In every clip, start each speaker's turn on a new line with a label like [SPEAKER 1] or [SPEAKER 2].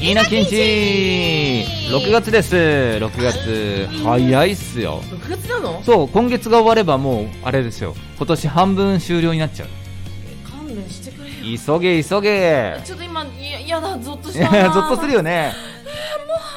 [SPEAKER 1] 稲なきんち6月です6月早いっすよ
[SPEAKER 2] 6月なの
[SPEAKER 1] そう今月が終わればもうあれですよ今年半分終了になっちゃう
[SPEAKER 2] 勘弁してくれよ
[SPEAKER 1] 急げ急げ
[SPEAKER 2] ちょっと今いややだゾッとし
[SPEAKER 1] い
[SPEAKER 2] たな
[SPEAKER 1] や ゾッとするよね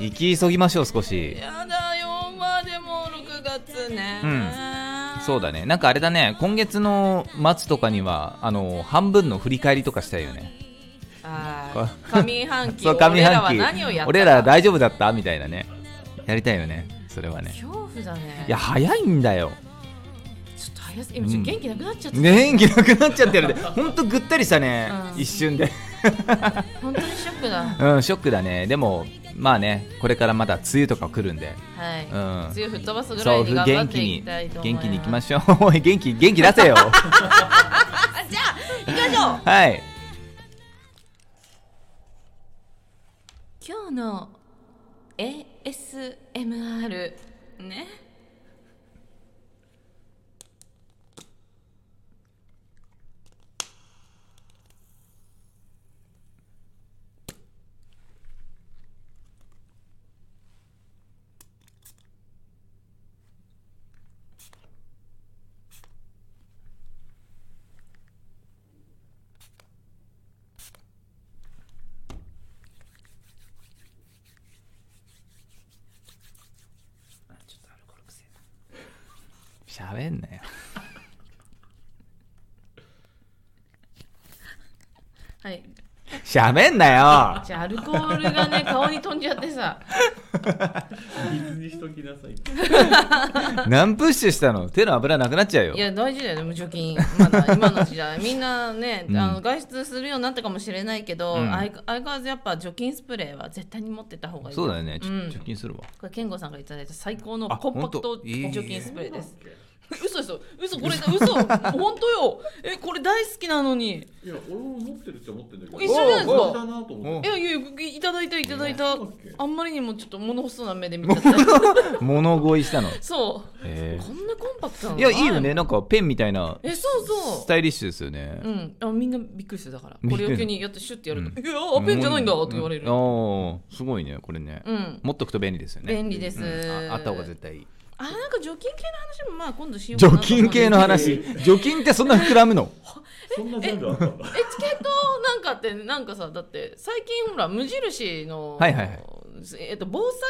[SPEAKER 1] 行き急ぎましょう少し
[SPEAKER 2] やだよまあでも6月ね
[SPEAKER 1] うんそうだねなんかあれだね今月の末とかにはあの半分の振り返りとかしたいよね
[SPEAKER 2] あー上半期
[SPEAKER 1] そう上半期
[SPEAKER 2] 俺らは何をやったか
[SPEAKER 1] 俺ら大丈夫だったみたいなねやりたいよねそれはね
[SPEAKER 2] 恐怖だね
[SPEAKER 1] いや早いんだよ
[SPEAKER 2] ちょっと早す今ちょっと元気なくなっちゃった、
[SPEAKER 1] 元気なくなっちゃ ってるでほんとぐったりしたね、
[SPEAKER 2] うん
[SPEAKER 1] 一瞬で
[SPEAKER 2] 本当にショックだは
[SPEAKER 1] うんショックだねでもまあねこれからまだ梅雨とか来るんで
[SPEAKER 2] い、
[SPEAKER 1] うん
[SPEAKER 2] 梅雨吹っ飛ばすぐら
[SPEAKER 1] そ
[SPEAKER 2] いうに頑張っ
[SPEAKER 1] 元
[SPEAKER 2] て
[SPEAKER 1] 気
[SPEAKER 2] いき
[SPEAKER 1] に
[SPEAKER 2] たいと
[SPEAKER 1] 元
[SPEAKER 2] 思います
[SPEAKER 1] 気にいきましょう おい元気元気出 せよ
[SPEAKER 2] あじゃあ行きましょう
[SPEAKER 1] はい
[SPEAKER 2] 今日の ASMR ね
[SPEAKER 1] 喋んなよ
[SPEAKER 2] はい
[SPEAKER 1] 喋んなよ
[SPEAKER 2] じゃあアルコールがね顔に飛んじゃってさ
[SPEAKER 3] 水にしときなさい。
[SPEAKER 1] 何プッシュしたの手の油なくなっちゃうよ
[SPEAKER 2] いや大事だよね無除菌 まだ今の時代みんなね、
[SPEAKER 1] うん
[SPEAKER 2] あの外出するようになったかもしれないけど、
[SPEAKER 1] うん
[SPEAKER 2] 相相変わらずやっぱ除菌スプレーは絶対に持ってた方がいい
[SPEAKER 1] そうだよねちょ
[SPEAKER 2] ん
[SPEAKER 1] 貯金するわ
[SPEAKER 2] これ健吾さんがいただいた最高の
[SPEAKER 1] あ
[SPEAKER 2] コンパク
[SPEAKER 1] ほ
[SPEAKER 2] ト
[SPEAKER 1] んといい
[SPEAKER 2] 除菌スプレーです、嘘ですよ嘘これ嘘 本当よえこれ大好きなのに
[SPEAKER 3] いや、俺も持ってるって思ってんだけど。
[SPEAKER 2] 一緒じゃないですか
[SPEAKER 3] だなと思っ
[SPEAKER 2] い
[SPEAKER 3] て。
[SPEAKER 2] やいやいいただいたいただいた
[SPEAKER 3] そうだっけ
[SPEAKER 2] あんまりにもちょっと物細な目で見ちゃって
[SPEAKER 1] 物乞いした の
[SPEAKER 2] そう
[SPEAKER 1] へ
[SPEAKER 2] こんなコンパクトな
[SPEAKER 1] ー
[SPEAKER 2] の
[SPEAKER 1] いやいいよねなんかペンみたいな
[SPEAKER 2] えそうそう
[SPEAKER 1] スタイリッシュですよね
[SPEAKER 2] うん、あみんなびっくりしてたから
[SPEAKER 1] びっ
[SPEAKER 2] こ
[SPEAKER 1] くり
[SPEAKER 2] れを急にやってシュッてやると「
[SPEAKER 1] う
[SPEAKER 2] いやあペンじゃないんだ」って言われる
[SPEAKER 1] うんああすごいねこれね
[SPEAKER 2] うん
[SPEAKER 1] 持っとくと便利ですよね
[SPEAKER 2] 便利です
[SPEAKER 1] うんああった方が絶対いい
[SPEAKER 2] あなんか除菌系の話もまあ今度しようかな
[SPEAKER 1] 除菌系の話除菌ってそんな膨らむの
[SPEAKER 3] そんなジャンルあったんだ。
[SPEAKER 2] えチケットなんかってなんかさだって最近ほら無印の、
[SPEAKER 1] はいはいはい
[SPEAKER 2] えっと、防災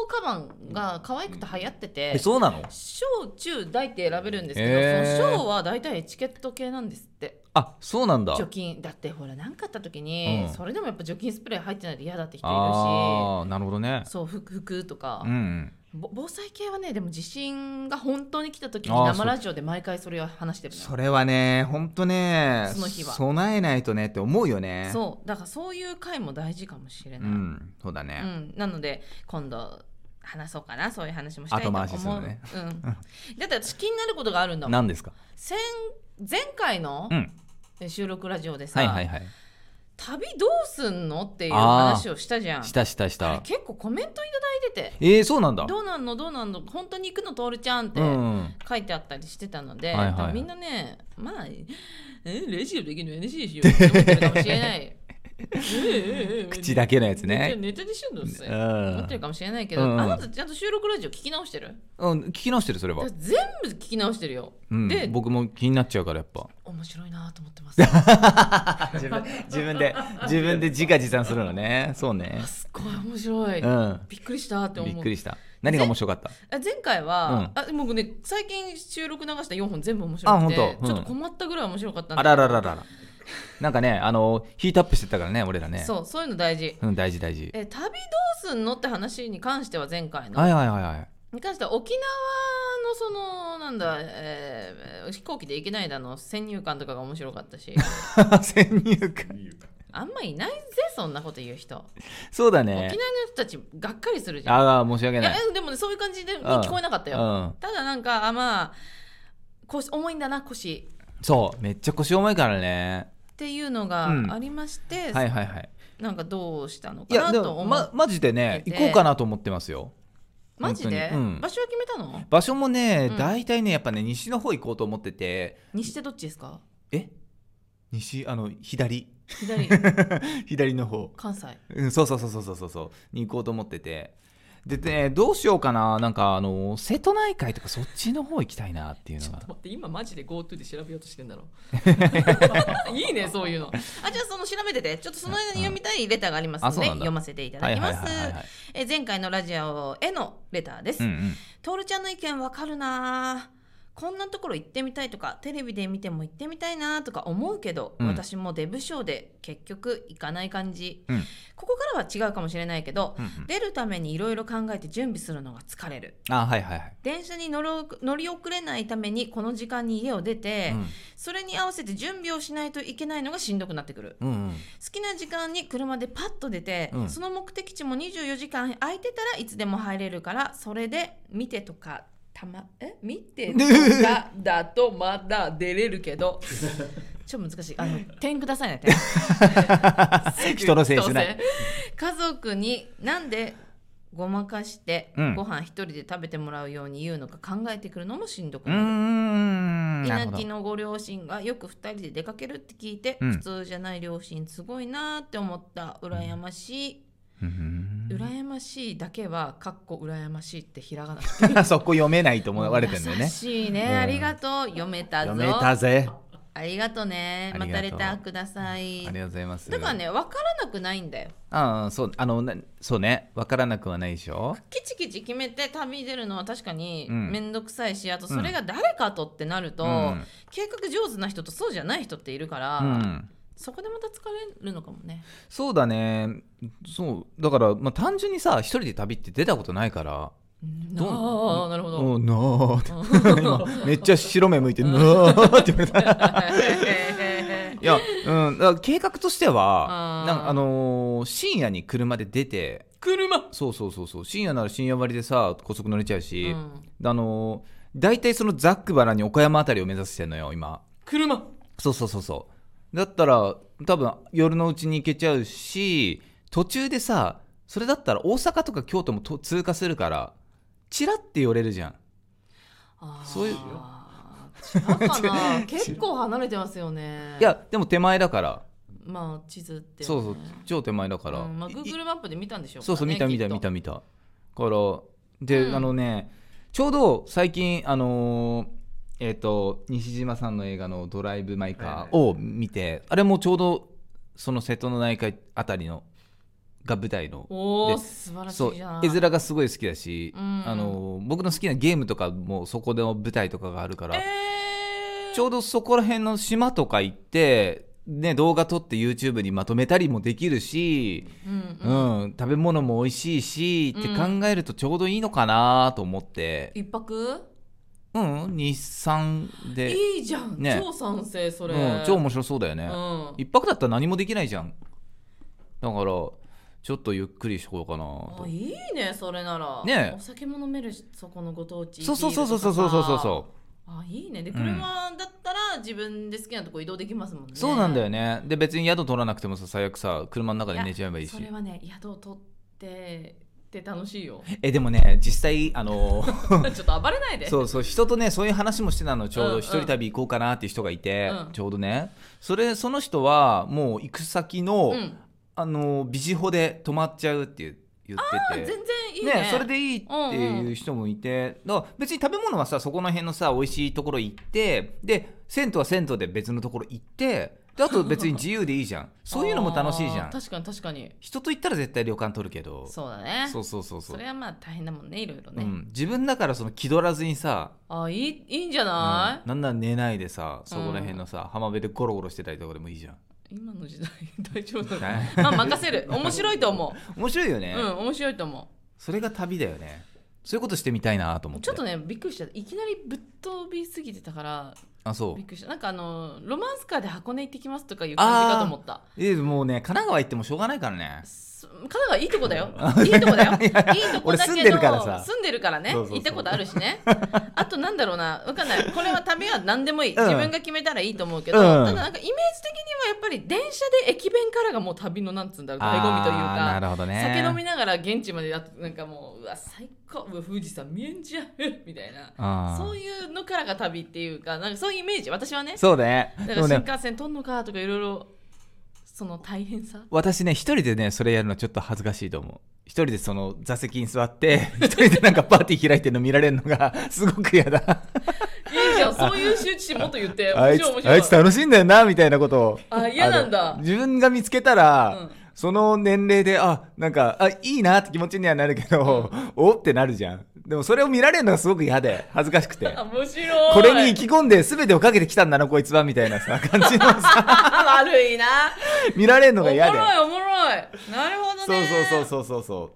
[SPEAKER 2] 用カバンが可愛くて流行ってて、
[SPEAKER 1] えそうなの
[SPEAKER 2] 小中大って選べるんですけど、
[SPEAKER 1] へー
[SPEAKER 2] その小は大体エチケット系なんですって
[SPEAKER 1] あそうなんだ
[SPEAKER 2] 除菌だってほら何かあった時に、
[SPEAKER 1] うん
[SPEAKER 2] それでもやっぱ除菌スプレー入ってないと嫌だって人いる
[SPEAKER 1] ああなるほどね
[SPEAKER 2] しそう服服とか、
[SPEAKER 1] うん
[SPEAKER 2] ぼ防災系はねでも地震が本当に来た時
[SPEAKER 1] あ
[SPEAKER 2] に
[SPEAKER 1] ーそ
[SPEAKER 2] 生
[SPEAKER 1] う
[SPEAKER 2] ラジオで毎回それを話してるのよ
[SPEAKER 1] それはねほんとね
[SPEAKER 2] その日は
[SPEAKER 1] 備えないとねって思うよねう
[SPEAKER 2] そうだからそういう回も大事かもしれない、うん
[SPEAKER 1] んそうだね
[SPEAKER 2] なので今度話そうかなそういう話もしたいと
[SPEAKER 1] 後
[SPEAKER 2] 思う
[SPEAKER 1] 回しするのね
[SPEAKER 2] うん、だって私気になることがあるんだもん
[SPEAKER 1] 何ですか
[SPEAKER 2] 先前回の
[SPEAKER 1] うん
[SPEAKER 2] 収録ラジオでさ、
[SPEAKER 1] はいはいはい
[SPEAKER 2] 旅どうすんのっていう話をしたじゃん
[SPEAKER 1] したしたし
[SPEAKER 2] あれ
[SPEAKER 1] た
[SPEAKER 2] 結構コメントいただいてて
[SPEAKER 1] えーそうなんだ
[SPEAKER 2] どうなんのどうなんの本当に行くのトールちゃんって、
[SPEAKER 1] うん
[SPEAKER 2] 書いてあったりしてたので、
[SPEAKER 1] はいはい
[SPEAKER 2] 多分みんなねまあえレジオできるの NC しようって思ってるかもし れない
[SPEAKER 1] 口だけのやつ
[SPEAKER 2] ネタ
[SPEAKER 1] ね
[SPEAKER 2] ネタでしょどうせ
[SPEAKER 1] う
[SPEAKER 2] 思
[SPEAKER 1] ん
[SPEAKER 2] ってるかもしれないけど、
[SPEAKER 1] うん
[SPEAKER 2] あなたちゃんと収録ラジオ聞き直してる
[SPEAKER 1] うん聞き直してるそれは
[SPEAKER 2] 私全部聞き直してるよ、
[SPEAKER 1] うん
[SPEAKER 2] で
[SPEAKER 1] 僕も気になっちゃうからやっぱ
[SPEAKER 2] 面白いなと思ってます す
[SPEAKER 1] 自分自分で自分で自画自賛するのねそうね
[SPEAKER 2] ごい面白い、
[SPEAKER 1] うん
[SPEAKER 2] びっくりしたって
[SPEAKER 1] びっ
[SPEAKER 2] 思う
[SPEAKER 1] くりした何が面白かった
[SPEAKER 2] あ前回は、あもうね最近収録流した4本全部面
[SPEAKER 1] あ
[SPEAKER 2] 白
[SPEAKER 1] ほ
[SPEAKER 2] く
[SPEAKER 1] ん
[SPEAKER 2] て
[SPEAKER 1] と、うん
[SPEAKER 2] ちょっと困ったぐらい面白かったん
[SPEAKER 1] あ
[SPEAKER 2] だ
[SPEAKER 1] らららららなんかねあのヒートアップしてたからね俺らね
[SPEAKER 2] そうそういうの大事
[SPEAKER 1] うん大事大事
[SPEAKER 2] え旅どうすんのって話に関しては前回の、
[SPEAKER 1] はいはいはいはい
[SPEAKER 2] に関しては沖縄のそのなんだ、えー飛行機で行けないだの先入観とかが面白かったし
[SPEAKER 1] 先入観
[SPEAKER 3] いいよ
[SPEAKER 2] あんまいないぜそんなこと言う人、
[SPEAKER 1] そうだ
[SPEAKER 2] 沖縄
[SPEAKER 1] ね
[SPEAKER 2] の人たちがっかりするじゃん
[SPEAKER 1] ああ申し訳
[SPEAKER 2] い
[SPEAKER 1] な
[SPEAKER 2] や
[SPEAKER 1] い
[SPEAKER 2] でもねそういう感じでに
[SPEAKER 1] ん
[SPEAKER 2] 聞こえなかったよ、
[SPEAKER 1] うん
[SPEAKER 2] ただなんかあまあ腰重いんだな腰
[SPEAKER 1] そうめっちゃ腰重いからね
[SPEAKER 2] っていうのが
[SPEAKER 1] うん
[SPEAKER 2] ありまして、
[SPEAKER 1] はいはいはい
[SPEAKER 2] なんかどうしたの
[SPEAKER 1] い
[SPEAKER 2] か
[SPEAKER 1] や
[SPEAKER 2] な
[SPEAKER 1] で
[SPEAKER 2] と
[SPEAKER 1] も
[SPEAKER 2] 思う、
[SPEAKER 1] まマジでね
[SPEAKER 2] え
[SPEAKER 1] 行
[SPEAKER 2] え
[SPEAKER 1] こうかなと思ってますよ
[SPEAKER 2] マジで、
[SPEAKER 1] 本当にうん
[SPEAKER 2] 場所は決めたの
[SPEAKER 1] 場所もね、
[SPEAKER 2] うん
[SPEAKER 1] 大体ねやっぱね西の方行こうと思ってて
[SPEAKER 2] 西ってどっちですか
[SPEAKER 1] え西あの左
[SPEAKER 2] 左
[SPEAKER 1] 左の方
[SPEAKER 2] 関西
[SPEAKER 1] うん、そうそうそうそうそうそうそうに行こうと思っててでねどうしようかななんかあの瀬戸内海とかそっちの方行きたいなっていう
[SPEAKER 4] ち
[SPEAKER 1] の
[SPEAKER 4] ょっ
[SPEAKER 1] が
[SPEAKER 4] と待って今マジで GoTo で調べようとしてんだ ろいいねそういうの
[SPEAKER 2] あじゃあその調べててちょっとその間に読みたいレターがあります
[SPEAKER 1] あ
[SPEAKER 2] の
[SPEAKER 1] そう
[SPEAKER 2] で、
[SPEAKER 1] なんだ
[SPEAKER 2] 読ませていた
[SPEAKER 1] は
[SPEAKER 2] だ
[SPEAKER 1] い
[SPEAKER 2] き
[SPEAKER 1] はい
[SPEAKER 2] ま
[SPEAKER 1] はい
[SPEAKER 2] す
[SPEAKER 1] はいはい
[SPEAKER 2] え前回のラジオへのレターです、
[SPEAKER 1] うんうん
[SPEAKER 2] トールちゃんの意見わかるなぁこんなところ行ってみたいとかテレビで見ても行ってみたいなぁとか思うけど、
[SPEAKER 1] うん
[SPEAKER 2] 私もデブ賞で結局行かない感じ、
[SPEAKER 1] うん
[SPEAKER 2] ここからは違うかもしれないけど、
[SPEAKER 1] うんうん
[SPEAKER 2] 出るためにいろいろ考えて準備するのが疲れる
[SPEAKER 1] あはいはいはい
[SPEAKER 2] 電車に乗ろう乗り遅れないためにこの時間に家を出て、それに合わせて準備をしないといけないのがしんどくなってくる
[SPEAKER 1] うんうんうん
[SPEAKER 2] 好きな時間に車でパッと出て、
[SPEAKER 1] うん
[SPEAKER 2] その目的地も24時間空いてたらいつでも入れるからそれで見てとかたまえ見てとかだとまだ出れる けどちょっと難しいあの点くださいね点
[SPEAKER 1] 人のせいしない
[SPEAKER 2] 家族になんでごまかして、
[SPEAKER 1] うん
[SPEAKER 2] ご飯一人で食べてもらうように言うのか考えてくるのもしんどく
[SPEAKER 1] うー
[SPEAKER 2] な
[SPEAKER 1] ん
[SPEAKER 2] る。
[SPEAKER 1] なるほ
[SPEAKER 2] 稲
[SPEAKER 1] ど
[SPEAKER 2] 城のご両親がよく2人で出かけるって聞いて、
[SPEAKER 1] うん
[SPEAKER 2] 普通じゃない両親すごいなーって思った羨ましい、
[SPEAKER 1] うん
[SPEAKER 2] 羨ましいだけはかっこ羨ましいってひらがな
[SPEAKER 1] うんそこ読めない と思われてんだよ
[SPEAKER 2] 優
[SPEAKER 1] ね
[SPEAKER 2] しいね、
[SPEAKER 1] うん
[SPEAKER 2] ありがとう読めたぞ
[SPEAKER 1] 読めたぜ
[SPEAKER 2] ありがとうねまた
[SPEAKER 1] あり
[SPEAKER 2] レ
[SPEAKER 1] がと
[SPEAKER 2] タ
[SPEAKER 1] う
[SPEAKER 2] ーくださ
[SPEAKER 1] あ
[SPEAKER 2] い
[SPEAKER 1] りがとうございます
[SPEAKER 2] だからね分からなくないんだよ
[SPEAKER 1] ああそうあのなそうねわからなくはないでしょ
[SPEAKER 2] キチキチ決めて旅に出るのは確かに
[SPEAKER 1] うん
[SPEAKER 2] 面倒くさいし、あとそれが誰かとってなると、
[SPEAKER 1] うん
[SPEAKER 2] 計画上手な人とそうじゃない人っているから、
[SPEAKER 1] うん
[SPEAKER 2] そこでまた疲れるのかもね
[SPEAKER 1] そうだねそうだから、まあ、単純にさ一人で旅って出たことないからどう
[SPEAKER 2] ああなるほど、
[SPEAKER 1] うんなあ って今めっちゃ白目向いてなあって言われたいや、うん、だから計画としては
[SPEAKER 2] あー
[SPEAKER 1] なんかあのー深夜に車で出て
[SPEAKER 2] 車
[SPEAKER 1] そうそうそうそう深夜なら深夜割でさ高速乗れちゃうし、
[SPEAKER 2] うん
[SPEAKER 1] あのー大体そのザックバラに岡山あたりを目指してんのよ今
[SPEAKER 2] 車
[SPEAKER 1] そうそうそうそうだったら多分夜のうちに行けちゃうし途中でさそれだったら大阪とか京都もと通過するからチラって寄れるじゃん
[SPEAKER 2] あー
[SPEAKER 1] そういう
[SPEAKER 2] 違う かな結構離れてますよね
[SPEAKER 1] いやでも手前だから
[SPEAKER 2] まあ地図ってね、
[SPEAKER 1] そうそう超手前だから、
[SPEAKER 2] うんまあ、
[SPEAKER 1] い
[SPEAKER 2] Google マップで見たんでしょうか、ね、
[SPEAKER 1] そうそう見た見た見た見たからで、
[SPEAKER 2] うん
[SPEAKER 1] あのねちょうど最近あのーえっ、と西島さんの映画の「ドライブ・マイ・カー」を見て、あれもちょうどその瀬戸内海あたりのが舞台の
[SPEAKER 2] おお
[SPEAKER 1] で
[SPEAKER 2] 素晴らし
[SPEAKER 1] そう
[SPEAKER 2] いじゃん
[SPEAKER 1] 絵面がすごい好きだし、
[SPEAKER 2] うん
[SPEAKER 1] あの僕の好きなゲームとかもそこでの舞台とかがあるから、
[SPEAKER 2] えー、
[SPEAKER 1] ちょうどそこら辺の島とか行って、ね、動画撮って YouTube にまとめたりもできるし、
[SPEAKER 2] うん
[SPEAKER 1] う
[SPEAKER 2] うん
[SPEAKER 1] ん食べ物も美味しいしって考えるとちょうどいいのかなと思って、
[SPEAKER 2] 一泊
[SPEAKER 1] うん日産で、
[SPEAKER 2] いいじゃん、
[SPEAKER 1] ね
[SPEAKER 2] 超賛成それ、
[SPEAKER 1] うん、超面白そうだよね、
[SPEAKER 2] うん
[SPEAKER 1] 一泊だったら何もできないじゃんだからちょっとゆっくりしようかな
[SPEAKER 2] あ
[SPEAKER 1] と
[SPEAKER 2] いいねそれなら
[SPEAKER 1] ね
[SPEAKER 2] お酒も飲めるしそこのご当地
[SPEAKER 1] そうそうそうそうそうそうそう
[SPEAKER 2] う
[SPEAKER 1] そう
[SPEAKER 2] あいいねで
[SPEAKER 1] うん
[SPEAKER 2] 車だったら自分で好きなとこ移動できますもんね、
[SPEAKER 1] そうなんだよ
[SPEAKER 2] ね
[SPEAKER 1] ねで別に宿取らなくてもさ最悪さ車の中で寝ちゃえばいいし
[SPEAKER 2] それはね宿を取ってって楽しいよ
[SPEAKER 1] えでもね実際あの
[SPEAKER 2] ちょっと暴れないで
[SPEAKER 1] そうそう人とねそういう話もしてたのちょう
[SPEAKER 2] うんう
[SPEAKER 1] ど
[SPEAKER 2] ん
[SPEAKER 1] 一人旅行こうかなっていう人がいて、
[SPEAKER 2] うん
[SPEAKER 1] ちょうどねそれその人はもう行く先の、
[SPEAKER 2] うん、
[SPEAKER 1] あのビジホで泊まっちゃうって言言って
[SPEAKER 2] 全
[SPEAKER 1] て
[SPEAKER 2] 然いいね
[SPEAKER 1] それでいいっていう人もいて、だから別に食べ物はさそこの辺のさ美味しいところ行ってで銭湯は銭湯で別のところ行ってであと別に自由でいいじゃんそういうのも楽しいじゃ
[SPEAKER 2] あー
[SPEAKER 1] ん
[SPEAKER 2] 確かに確かに
[SPEAKER 1] 人と行ったら絶対旅館取るけど
[SPEAKER 2] そうだね
[SPEAKER 1] そうそうそうそう
[SPEAKER 2] それはまあ大変だもんねいろいろ
[SPEAKER 1] う
[SPEAKER 2] ね、
[SPEAKER 1] ん、自分だからその気取らずにさ、
[SPEAKER 2] あいいいいんじゃ
[SPEAKER 1] うん
[SPEAKER 2] ない、
[SPEAKER 1] なんなら寝ないでさそこら辺のさ、浜辺でゴロゴロしてたりとかでもいいじゃん
[SPEAKER 2] 今の時代 大丈夫だまあ任せる面白いと思
[SPEAKER 1] 面白いよ
[SPEAKER 2] う
[SPEAKER 1] ね、
[SPEAKER 2] うん面白いと思う
[SPEAKER 1] それが旅だよねそういうことしてみたいなと思って
[SPEAKER 2] ちょっとねびっくりしたいきなりぶっ飛びすぎてたから
[SPEAKER 1] あそう
[SPEAKER 2] びっくりしたなんかあのロマンスカーで箱根行ってきますとかいう感じかと思った
[SPEAKER 1] えーもうね神奈川行ってもしょうがないからね
[SPEAKER 2] そ神奈川いいとこだよ いいとこだよいいとこ
[SPEAKER 1] 俺
[SPEAKER 2] だけど
[SPEAKER 1] 住んでるからさ
[SPEAKER 2] 住んでるからね
[SPEAKER 1] そうそうそう
[SPEAKER 2] 行ったことあるし ねあとなんだろうなわかんないこれは旅は何でもいい、
[SPEAKER 1] うん
[SPEAKER 2] 自分が決めたらいいと思うけど、
[SPEAKER 1] うん
[SPEAKER 2] ただなんかイメージ的にはやっぱり電車で駅弁からがもう旅のなんつうんだろう醍醐味という
[SPEAKER 1] あーな
[SPEAKER 2] か
[SPEAKER 1] るほどね
[SPEAKER 2] 酒飲みながら現地までだとなんかもううわ最高うわ富士山見えんじゃん みたいな
[SPEAKER 1] あー
[SPEAKER 2] そういうのからが旅っていうかなんかそういうイメージ私はね
[SPEAKER 1] そうね
[SPEAKER 2] だ
[SPEAKER 1] で
[SPEAKER 2] から
[SPEAKER 1] も
[SPEAKER 2] 新
[SPEAKER 1] ね
[SPEAKER 2] 幹線取んのかとかいろいろその大変さ
[SPEAKER 1] 私ね一人でねそれやるのちょっと恥ずかしいと思う一人でその座席に座って一人でなんかパーティー開いてるの見られるのがすごく嫌だ
[SPEAKER 2] いいじゃんそういう周知心もっと言って
[SPEAKER 1] あ
[SPEAKER 2] 面
[SPEAKER 1] いつ
[SPEAKER 2] 白い面白い
[SPEAKER 1] あいつ楽しいんだよなみたいなことを
[SPEAKER 2] あ嫌なんだ
[SPEAKER 1] あの自分が見つけたら、
[SPEAKER 2] うん
[SPEAKER 1] その年齢であなんかあいいなって気持ちにはなるけど、おってなるじゃんでもそれを見られるのがすごく嫌で恥ずかしく て
[SPEAKER 2] 面白い
[SPEAKER 1] これに意気込んで全てをかけてきたんだなこいつはみたいなさ感じのさ
[SPEAKER 2] 悪いな
[SPEAKER 1] 見られる の
[SPEAKER 2] おも
[SPEAKER 1] が
[SPEAKER 2] ろい
[SPEAKER 1] 嫌で
[SPEAKER 2] おもろいなるほど
[SPEAKER 1] そう
[SPEAKER 2] ね
[SPEAKER 1] そう
[SPEAKER 2] う
[SPEAKER 1] そうそうそ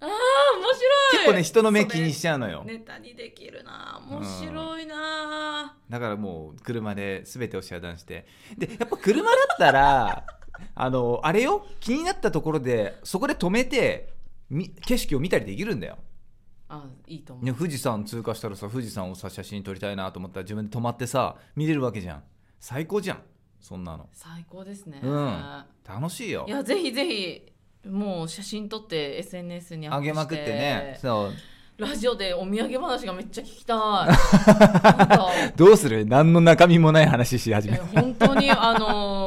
[SPEAKER 1] う
[SPEAKER 2] ああ面白い
[SPEAKER 1] 結構ね人の目気にしちゃうのよ
[SPEAKER 2] それネタにできるな面白いな
[SPEAKER 1] だからもう車で全てを遮断してでやっぱ車だったら あのあれよ気になったところでそこで止めてみ景色を見たりできるんだよ、
[SPEAKER 2] あいいと思う
[SPEAKER 1] ね、富士山通過したらさ富士山をさ写真撮りたいなと思ったら自分で止まってさ見れるわけじゃん最高じゃんそんなの
[SPEAKER 2] 最高ですね、
[SPEAKER 1] うん楽しいよ
[SPEAKER 2] いやぜひぜひもう写真撮って SNS にアッ
[SPEAKER 1] あ
[SPEAKER 2] プし
[SPEAKER 1] げ
[SPEAKER 2] て
[SPEAKER 1] まくってねそう
[SPEAKER 2] ラジオでお土産話がめっちゃ聞き たいなんか
[SPEAKER 1] どうする何の中身もない話し始
[SPEAKER 2] え
[SPEAKER 1] めた
[SPEAKER 2] 本当にあ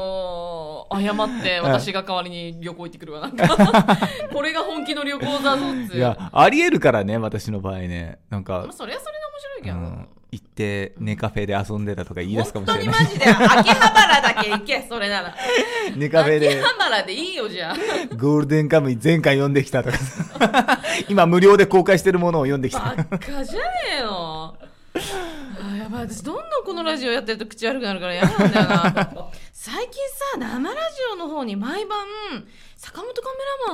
[SPEAKER 2] のー謝って私が代わりに旅行行ってくるわな んかこれが本気の旅行だぞっつ
[SPEAKER 1] いやありえるからね私の場合ねなんか、
[SPEAKER 2] まあそれはそれで面白いけ
[SPEAKER 1] う
[SPEAKER 2] ど、
[SPEAKER 1] ん、行ってネカフェで遊んでたとか言い出すか
[SPEAKER 2] 本
[SPEAKER 1] もし
[SPEAKER 2] 当
[SPEAKER 1] れ
[SPEAKER 2] に
[SPEAKER 1] な
[SPEAKER 2] マ
[SPEAKER 1] い
[SPEAKER 2] ジで秋葉原だけ行けそれなら
[SPEAKER 1] ネカフェ
[SPEAKER 2] 秋
[SPEAKER 1] で
[SPEAKER 2] 葉原でいいよじゃあ
[SPEAKER 1] ゴールデンカムイ前回読んできたとかさ 今無料で公開してるものを読んでき
[SPEAKER 2] バ
[SPEAKER 1] た
[SPEAKER 2] カじゃねえよあやばい私どんどんこのラジオやってると口悪くなるから嫌なんだよな最近さ生ラジオの方に毎晩坂本カ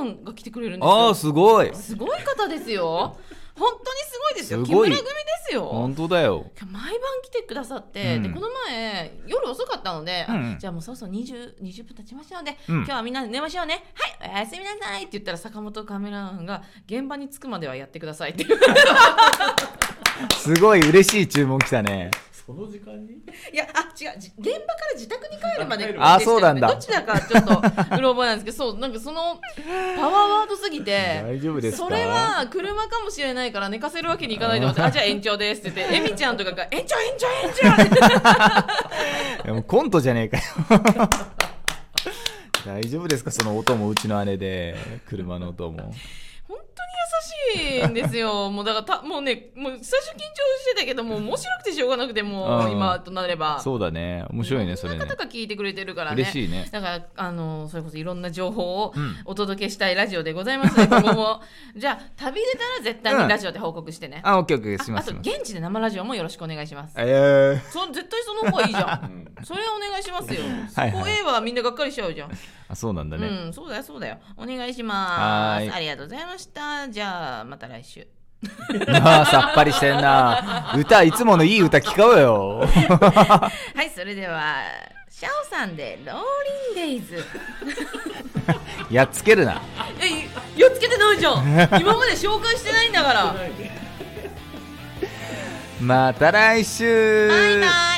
[SPEAKER 2] メラマンが来てくれるんですよ
[SPEAKER 1] ああすごい
[SPEAKER 2] すごい方ですよ本当にすごいですよ
[SPEAKER 1] す
[SPEAKER 2] 木
[SPEAKER 1] ご
[SPEAKER 2] 村
[SPEAKER 1] い
[SPEAKER 2] 組ですよ
[SPEAKER 1] 本当だよ
[SPEAKER 2] 毎晩来てくださって、
[SPEAKER 1] うん
[SPEAKER 2] でこの前夜遅かったので、
[SPEAKER 1] うんうん
[SPEAKER 2] じゃあもうそろそろ 20, 20分経ちましたので、
[SPEAKER 1] うん
[SPEAKER 2] 今日はみんなで寝ましょうねはいおやすみなさいって言ったら坂本カメラマンが現場に着くまではやってくださいっていう
[SPEAKER 1] すごい嬉しい注文来たね
[SPEAKER 3] その時間に
[SPEAKER 2] いやあ違うじ現場から自宅に帰るまででしたよね
[SPEAKER 1] あそうなんだ
[SPEAKER 2] どっちだかちょっとうろ覚えなんですけどそうなんかそのパワーワードすぎて
[SPEAKER 1] 大丈夫ですか
[SPEAKER 2] それは車かもしれないから寝かせるわけにいかないと思って「あじゃあ延長です」って言ってえみちゃんとかが「延長延長延長!」って 言っ
[SPEAKER 1] い
[SPEAKER 2] て
[SPEAKER 1] やもうコントじゃねえかよ 大丈夫ですかその音もうちの姉で車の音も
[SPEAKER 2] 本当に優しいんですよもうだからたもうねもう最初緊張してたけどもう面白くてしょうがなくても
[SPEAKER 1] う
[SPEAKER 2] うん今となれば
[SPEAKER 1] そうだね面白いねそれ
[SPEAKER 2] いろん
[SPEAKER 1] ね
[SPEAKER 2] な方が聞いてくれてるからね
[SPEAKER 1] 嬉しいね
[SPEAKER 2] だからあのそれこそいろんな情報を
[SPEAKER 1] うん
[SPEAKER 2] お届けしたいラジオでござ いますので、今後もじゃあ旅出たら絶対
[SPEAKER 1] う
[SPEAKER 2] に
[SPEAKER 1] ん
[SPEAKER 2] ラジオで報告してね、
[SPEAKER 1] あオッケーオッケー
[SPEAKER 2] あ
[SPEAKER 1] しま
[SPEAKER 2] あ
[SPEAKER 1] す
[SPEAKER 2] と
[SPEAKER 1] します
[SPEAKER 2] 現地で生ラジオもよろしくお願いします
[SPEAKER 1] え
[SPEAKER 2] そ絶対その方がいいじゃん
[SPEAKER 3] うん
[SPEAKER 2] それお願いしますよ。
[SPEAKER 1] はいはい
[SPEAKER 2] そこ A はみんながっかりしちゃうじゃん。
[SPEAKER 1] ー、あそうなんだね、
[SPEAKER 2] うん、そうだよ、そうだよ。お願いします。
[SPEAKER 1] はーい
[SPEAKER 2] ありがとうございました。じゃあ、また来週。
[SPEAKER 1] ああさっぱりしてんな歌いつものいい歌聞かうよ
[SPEAKER 2] はい、それでは、シャオさんで、ローリンデイズ。
[SPEAKER 1] やっつけるな
[SPEAKER 2] え、やっつけてない じゃん。今まで紹介してないんだから。
[SPEAKER 3] ないね
[SPEAKER 1] また来週
[SPEAKER 2] バイバイ。